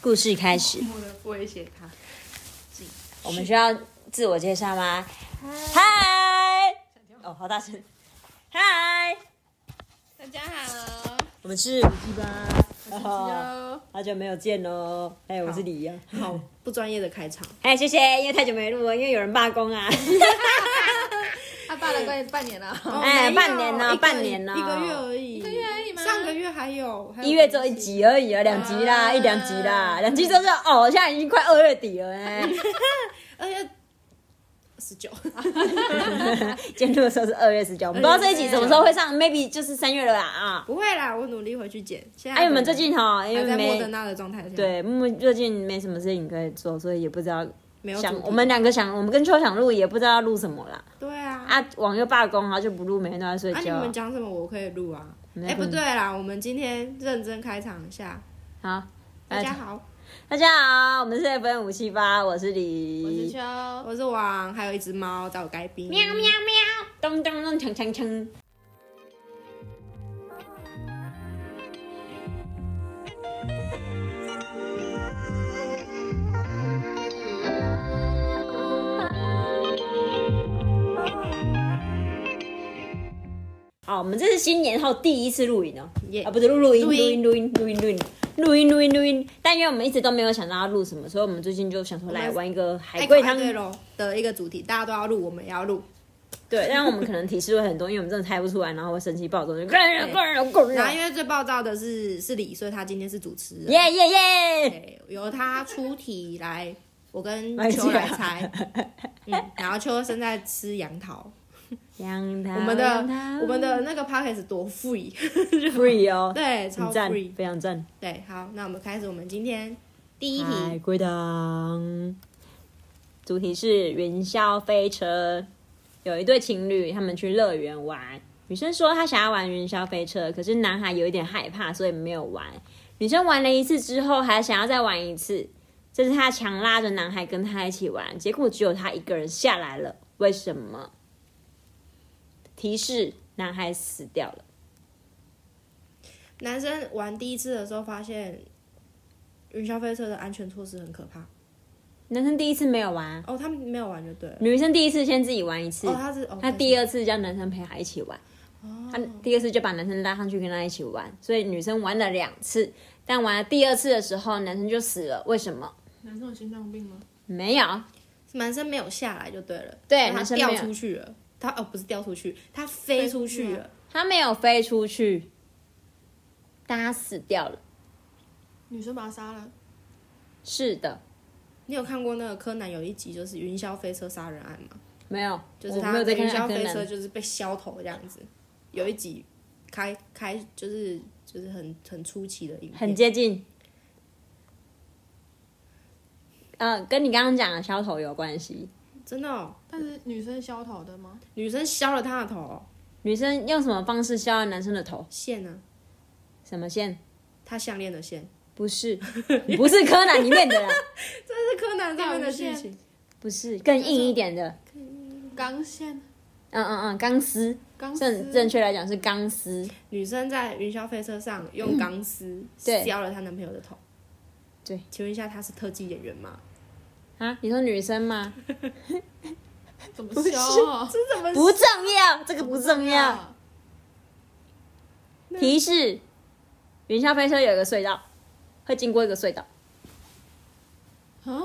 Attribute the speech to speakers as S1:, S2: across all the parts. S1: 故事开始，
S2: 我的威胁他。
S1: 我们需要自我介绍吗？嗨，哦，好大声！嗨，
S2: 大家好，
S1: 我们是五 G 吧，
S3: 哦
S2: 哟，
S1: 好久没有见喽！哎，我是李阳。
S3: 好不专业的开场，
S1: 哎，谢谢，因为太久没录了，因为有人罢工 啊。
S2: 他罢了快半年了，
S1: 哎
S3: 哦没有
S1: 半年呢
S3: 一个
S1: 半年呢
S3: 一个月而已，一个
S2: 月而已吗
S3: 上个月还有，还有
S1: 一月只有一集而已啊，两集啦，
S2: 啊
S1: 一两集啦，两集就是哦，现在已经快二月底了哎。
S3: 二月呃十九，
S1: 今天录的时候是二月十九，我们不知道这一集什么时候会上，maybe 就是三月了啦啊。
S3: 不会啦，我努力回去剪。现在
S1: 哎，我们最近哈，因
S3: 还
S1: 为
S3: 在莫
S1: 没
S3: 德纳的状态下，，
S1: 对，木木最近没什么事情可以做，所以也不知道
S3: 没有主
S1: 想
S3: 题
S1: 我们两个想，我们跟秋想录，也不知道要录什么啦。
S3: 对啊，
S1: 啊，网又罢工，然后就不录，每天都在睡
S3: 啊你
S1: 觉。
S3: 们讲什么我可以录啊，
S1: 没
S3: 哎不
S1: 问题
S3: 对啦，我们今天认真开场一下，
S1: 好，呃
S3: 大家好，
S1: 大家好，我们是 FM 五七八，我是
S2: 我是
S1: 李，
S2: 秋，
S3: 我是王，还有一只猫在我该宾，
S1: 喵喵喵，咚咚咚，锵锵锵。好，我们这是新年后第一次录影哦、
S3: 耶
S1: 啊，不是录录音，录
S3: 录
S1: 音，
S3: 音
S1: 录音，录音，录音，录音，录音，录音。但因为我们一直都没有想到要录什么，所以我们最近就想说来玩一个海龟汤。
S3: 对喽的一个主题，大家都要录，我们也要录，
S1: 对，但我们可能提示会很多，因为我们真的猜不出来，然后会生气暴 走，就滚
S3: 然后因为最暴躁的是是李，所以他今天是主持人，
S1: 耶耶耶！
S3: 对，由他出题来，我跟
S1: 来
S3: 秋 来
S1: 起来
S3: 猜。嗯，然后秋现在吃杨 桃，
S1: 阳台，我
S3: 我们的我们的那个 p o c k e t 多 free，
S1: free 哦，
S3: 对，
S1: 很
S3: 超
S1: 赞，
S3: free。
S1: 非常赞。
S3: 对，好，那我们开始我们今天第一
S1: 海
S3: 题。
S1: 龟汤，主题是云霄飞车。有一对情侣，他们去乐园玩。女生说她想要玩云霄飞车，可是男孩有一点害怕，所以没有玩。女生玩了一次之后，还想要再玩一次，这是她强拉着男孩跟她一起玩，结果只有她一个人下来了。为什么？提示：男孩死掉了。
S3: 男生玩第一次的时候发现，云霄飞车的安全措施很可怕。
S1: 男生第一次没有玩，
S3: 哦，他们没有玩就对了。
S1: 女生第一次先自己玩一次。
S3: 哦，他是哦，
S1: 嗯他第
S3: 二
S1: 二次叫男生陪他一起玩，
S3: 哦
S1: 他第二次就把男生拉上去跟他一起玩，所以女生玩了两次，但玩了第二次的时候，男生就死了，为什么？
S2: 男生有心脏病吗？
S1: 没有，
S3: 男生没有下来就对了，
S1: 对
S3: 他
S1: 男生
S3: 掉
S1: 没有
S3: 出去了。他哦，不是掉出去，他飞出去了。
S1: 他没有飞出去，但他死掉了。
S2: 女生把他杀了，
S1: 是的，
S3: 你有看过那个柯南有一集就是云霄飞车杀人案吗？
S1: 没有，
S3: 就是
S1: 我
S3: 他
S1: 没有在
S3: 云
S1: 看
S3: 霄
S1: 柯
S3: 飞车
S1: 南。
S3: 就是被削头这样子，有一集开开就是就是很很出奇的影片，
S1: 很接近。呃，跟你刚刚讲的削头有关系。
S3: 真的、哦，
S2: 但是女生削头的吗？
S3: 女生削了他的头、哦
S1: 女生用什么方式削了男生的头？
S3: 线呢、
S1: 什么线？
S3: 他项链的线，
S1: 不是，不是柯南里面的啦，
S3: 这是柯南上面的剧
S2: 钓鱼
S3: 情，
S1: 不是，更硬一点的。
S2: 钢线，
S1: 嗯嗯嗯，钢丝，
S2: 钢
S1: 正
S2: 丝，
S1: 正确来讲是钢丝，
S3: 女生在云霄飞车上 用钢丝
S1: 对
S3: 削了她男朋友的头，
S1: 对，
S3: 请问一下她是特技演员吗？
S1: 啊？你说女生吗？
S2: 怎么削？
S3: 这怎么
S1: 不重要，这个不重要。，提示：云霄飞车有一个隧道，会经过一个隧道。
S2: 啊，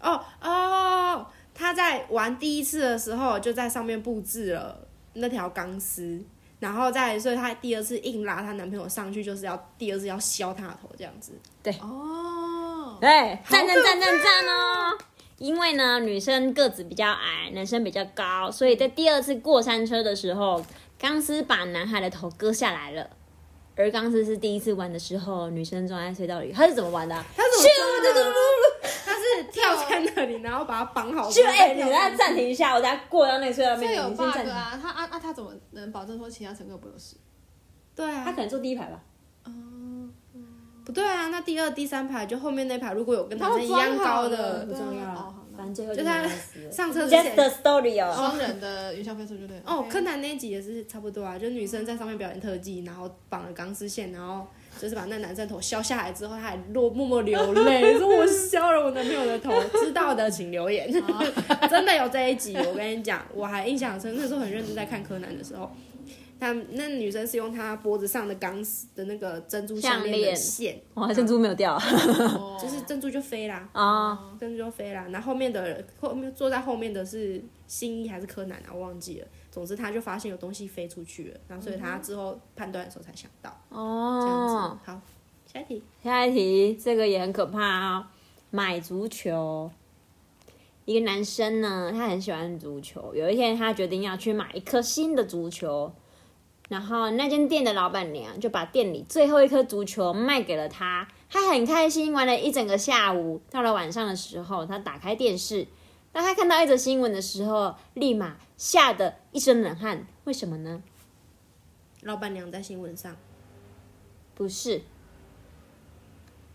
S3: 哦哦，他在玩第一次的时候就在上面布置了那条钢丝，然后再所以她第二次硬拉她男朋友上去，就是要第二次要削她的头这样子。
S2: 哦，
S1: 对，赞赞
S3: 可
S1: 赞赞赞哦！因为呢，女生个子比较矮，男生比较高，所以在第二次过山车的时候，钢丝把男孩的头割下来了。而钢丝是第一次玩的时候，女生装在隧道里，她是怎么玩的啊？
S3: 他怎么真的？ 他是跳在那里，然后把它绑好。
S1: 就哎，
S3: 哎、
S1: 你等下暂停一下，我等下过到那个隧道
S2: 这
S1: 面，
S2: 有
S1: 你先
S2: bug
S1: 暂停。
S2: 啊！他啊啊，他怎么能保证说其他乘客不会死？
S3: 对
S1: 他
S3: 啊
S1: 可，能坐第一排吧。
S2: 嗯，
S3: 不对啊，那第二、第三排就后面那排如果有跟男生
S2: 他们
S3: 一样
S2: 装好
S3: 高
S2: 了
S3: 的，
S2: 对
S1: 不
S2: 啊
S1: 重要
S2: 哦
S1: 了
S2: 好，那
S1: 反正最后
S3: 就
S1: 他
S3: 他上车之
S1: just the
S3: 前。
S1: story 哦。
S2: 双人的云霄飞车就对了。
S3: 哦，
S2: OK
S3: 嗯柯南那一集也是差不多啊，就女生在上面表演特技，然后绑了钢丝线，然后就是把那男生头削下来之后，他还落默默流泪，说我削了我男朋友的头。知道的请留 言，真的有这一集。我跟你讲，我还印象很深，那时候很认真在看柯南的时候，他那女生是用她脖子上的钢丝的那个珍珠项链的线，
S1: 哇，珍珠没有掉啊
S2: 哦
S3: 就是珍珠就飞啦，
S1: 哦
S3: 珍珠就飞啦。然后后面的后面坐在后面的是新一还是柯南啊？我忘记了。总之，他就发现有东西飞出去了，然后所以他之后判断的时候才想到。这样
S1: 哦
S3: 子。。好，下一题。
S1: 下一题，这个也很可怕哦。买足球，一个男生呢，他很喜欢足球。有一天，他决定要去买一颗新的足球，然后那间店的老板娘就把店里最后一颗足球卖给了他。他很开心，玩了一整个下午。到了晚上的时候，他打开电视，当他看到一则新闻的时候，立马吓得一身冷汗。为什么呢？
S3: 老板娘在新闻上，
S1: 不是，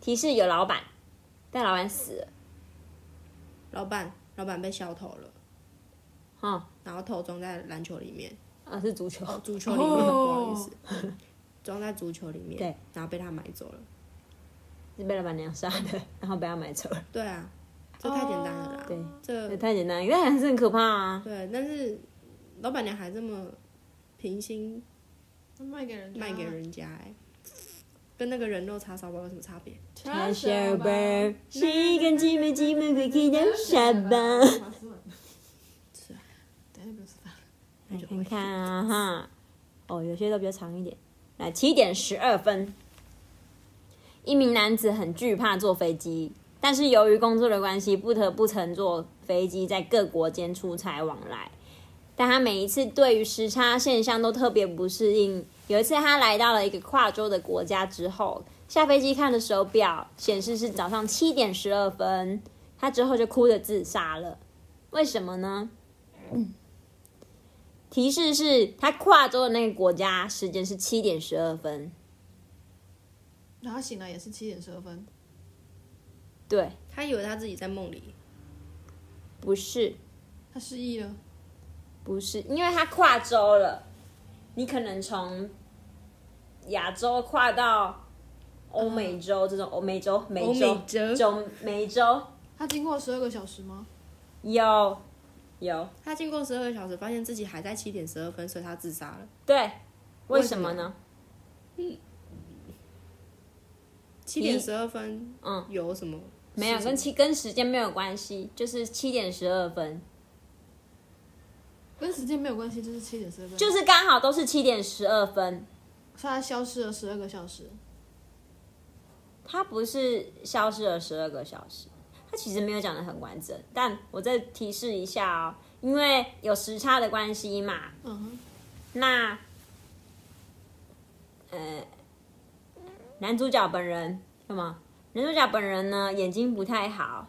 S1: 提示有老板，但老板死了。
S3: 老板老板被小偷了，
S1: 哦，
S3: 然后头装在篮球里面，
S1: 啊，是足球。
S3: 哦，足球里面，
S2: 哦
S3: 不好意思，装在足球里面，
S1: 对，
S3: 然后被他买走了。
S1: 是被老板娘杀的， 然后被他买走了。
S3: 对啊，这太简单了啦。
S1: 哦对
S3: 这
S1: 这太简单，但还是很可怕啊！
S3: 对，但是老板娘还这么平心
S2: 卖给人家，
S3: 卖
S1: 啊
S3: 给人家、哎，跟那个人肉叉烧包有什么差别？
S1: 开
S2: 家
S1: 小班，谁敢挤眉挤眉鬼气当下班？
S2: 是啊，等一下不要吃饭。
S3: 那就
S1: 看看啊哈，哦，有些都比较长一点。来，七点十二分，一名男子很惧怕坐飞机，但是由于工作的关系，不得不乘坐飞机在各国间出差往来。但他每一次对于时差现象都特别不适应。有一次，他来到了一个跨洲的国家之后，下飞机看的手表显示是早上七点十二分，他之后就哭着自杀了。为什么呢？提示是他跨州的那个国家时间是七点十二分，
S2: 然后醒来也是七点十二分，
S1: 对，
S3: 他以为他自己在梦里，
S1: 不是
S2: 他失忆了。
S1: 不是，因为他跨州了，你可能从亚洲跨到欧美洲、这种欧美洲、美洲
S3: 嗯欧美、洲
S1: 中美洲
S2: 他经过十二个小时吗？
S1: 有有
S3: 他经过十二个小时，发现自己还在七点十二分，所以他自杀了。
S1: 对，为
S3: 为
S1: 什
S3: 什么
S1: 么呢？
S3: 七点十二分，
S1: 嗯，
S3: 有什么？
S1: 没有
S3: 是什么
S1: 跟七跟时间没有关系，就是七点十二分，
S2: 跟时间没有关系，就是七点十二分。，
S1: 就是是刚好都是七点十二分，
S2: 所以他消失了十二个小时。
S1: 它不是消失了十二个小时，它其实没有讲的很完整，但我再提示一下哦，因为有时差的关系嘛，
S2: 嗯哼，
S1: 那呃，男主角本人什么？男主角本人呢，眼睛不太好，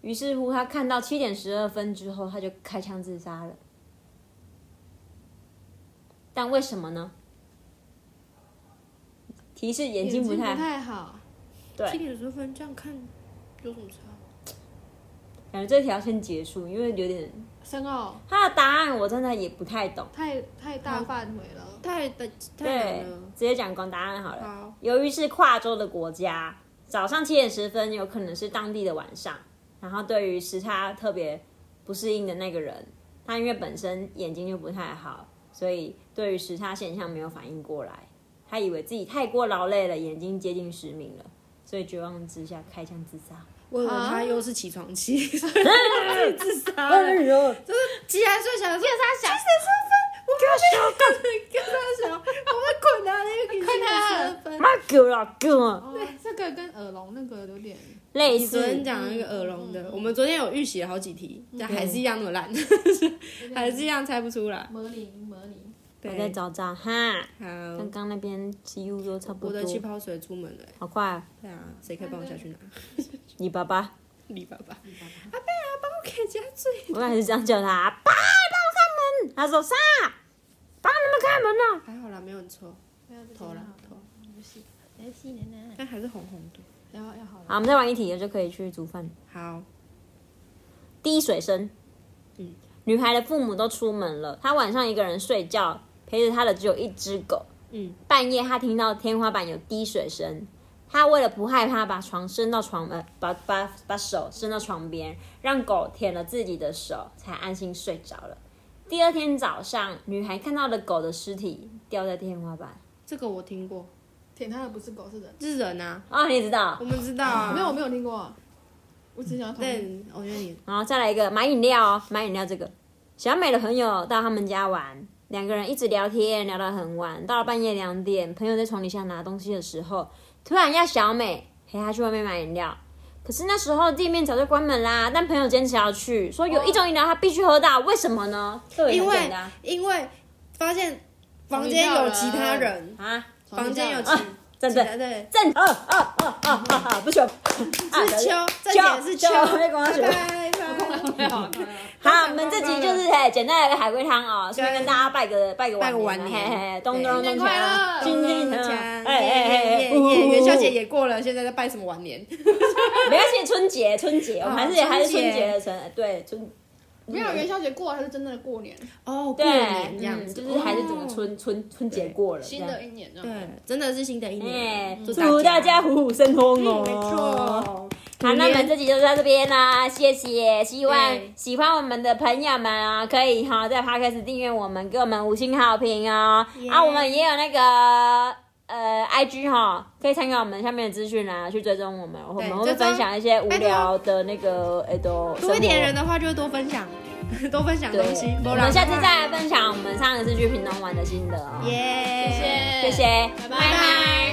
S1: 于是乎他看到七点十二分之后，他就开枪自杀了。但为什么呢？提示眼睛不太好，
S2: 好。
S1: 对
S3: 七点十分这样看有什么差？
S1: 感觉这条先结束，因为有点
S2: 深奥，
S1: 他的答案我真的也不太懂。
S2: 太太大范围了。
S3: 太的太
S1: 对
S3: 难了，。
S1: 直接讲光答案好了。
S3: 嗯好，
S1: 由于是跨州的国家，早上七点十分有可能是当地的晚上，然后对于时差特别不适应的那个人，他因为本身眼睛就不太好，所以对于时差现象没有反应过来，他以为自己太过劳累了，眼睛接近失明了，所以绝望之下开枪自杀。
S3: 我以为
S2: 啊
S3: 他又是起床气， 自己自杀了。
S1: 哎呦，
S3: 既然睡想说他想七点十分，我跟他想，跟他想，我们困难了， 又给
S2: 困难
S3: 七点十分。
S1: 妈狗啦狗啊，
S2: 哦，这个跟耳聋那个有点，
S1: 类
S3: 你昨天
S1: 似
S3: 讲那个耳聋
S1: 嗯
S3: 的，我们昨天有预习了好几题，但还是一样那么烂，还是一样猜不出来。
S2: 模拟模拟。
S1: 我再
S3: 对，
S1: 找找哈，
S3: 好
S1: 刚，刚那边几乎都差不
S3: 我
S1: 多
S3: 的，气泡水出门了。欸
S1: 好快啊，
S3: 对啊，谁可以帮我下去拿？
S1: 你爸爸。
S3: 李爸爸，阿贝啊，帮我开家最。
S1: 我本来是这样叫 他，爸，帮我开门。他说啥？帮你们开门啊呢、
S3: 还好啦，没有很臭，
S2: 没有这个
S3: 投
S2: 很
S3: 啦
S2: 好
S3: 投，
S2: 没事，没事奶奶。
S3: 但还是红红的。
S2: 要要
S1: 好，
S2: 好了。
S1: 我们再玩一题，就可以去煮饭。
S3: 好，
S1: 滴水声，
S3: 嗯
S1: 女孩的父母都出门了，她晚上一个人睡觉，陪着她的只有一只狗。
S3: 嗯，
S1: 半夜她听到天花板有滴水声，她为了不害怕，把床伸到床呃，把把把手伸到床边，让狗舔了自己的手，才安心睡着了。第二天早上，女孩看到了狗的尸体掉在天花板。
S3: 这个我听过，
S2: 舔它的不是狗是人，
S3: 这是人啊，
S1: 哦，你知道
S3: 我。们知道 啊。
S2: 没有我没有听过，我只想要同意
S3: 对，我觉得你
S1: 然后再来一个买饮料哦，买饮料这个，小美的朋友到他们家玩，两个人一直聊天，聊到很晚，到了半夜两点，朋友在床底下拿东西的时候，突然要小美陪她去外面买饮料，可是那时候店面早就关门啦，但朋友坚持要去，说有一种饮料她必须喝到，为什么呢？这个也
S3: 因
S1: 很简
S3: 为
S1: 单
S3: 因为发现房间有其他人，
S1: 啊，
S3: 房间有其
S2: 床底
S1: 真
S3: 其
S1: 的
S3: 他 对，
S1: 正啊啊啊啊啊啊，不行，是
S3: 是秋，这姐是秋，
S1: 秋没
S3: 拜
S1: 跟我
S3: 拜
S1: 学
S3: 拜
S2: 没有没有没有
S1: 好，啊我们这集就是嘿，简单的海龟汤哦，顺便跟大家拜个拜个
S3: 拜个
S1: 晚
S3: 晚年
S1: 嘿嘿嘿，咚咚咚
S2: 新年
S1: 咚锵
S2: 快乐
S1: 新年
S3: 嗯
S1: 快乐，哎哎哎，
S3: 耶耶耶！元宵节也过了，现在在拜什么晚年？
S1: 没关系，春节春节，我们还是
S3: 哦
S1: 还是
S3: 春
S1: 春
S3: 节
S1: 节的春，对春
S2: 没有元宵节过了，它是真正的过年，
S3: 哦，过
S1: 对，
S3: 年这样
S1: 嗯
S3: 子，哦
S1: 就是还是整个春春春节过了，
S2: 新
S1: 这
S2: 的
S1: 样
S2: 一年这
S3: 对
S2: 样。，
S3: 真的是新的一
S1: 哎
S3: 年，，
S1: 祝大家虎虎生风哦！
S3: 没错。
S1: 好，那我们
S3: 年
S1: 这集就到这边啦，谢谢！希望
S3: 对
S1: 喜欢我们的朋友们啊、可以哈、在 Podcast 订阅我们，给我们五星好评哦。
S3: 耶
S1: 啊，我们也有那个呃 IG 哈、可以参考我们下面的资讯啊，去追踪我们，我们会
S3: 追踪
S1: 分享一些无
S3: 拜托
S1: 聊的那个哎都
S3: 多一点人
S1: 的
S3: 的话，就会多分享，多分享
S1: 对
S3: 东西。，
S1: 我们下次再来分享我们上一次去屏东玩的心得哦。
S3: 耶，
S2: 谢
S1: 谢谢，
S2: 拜拜
S1: 拜拜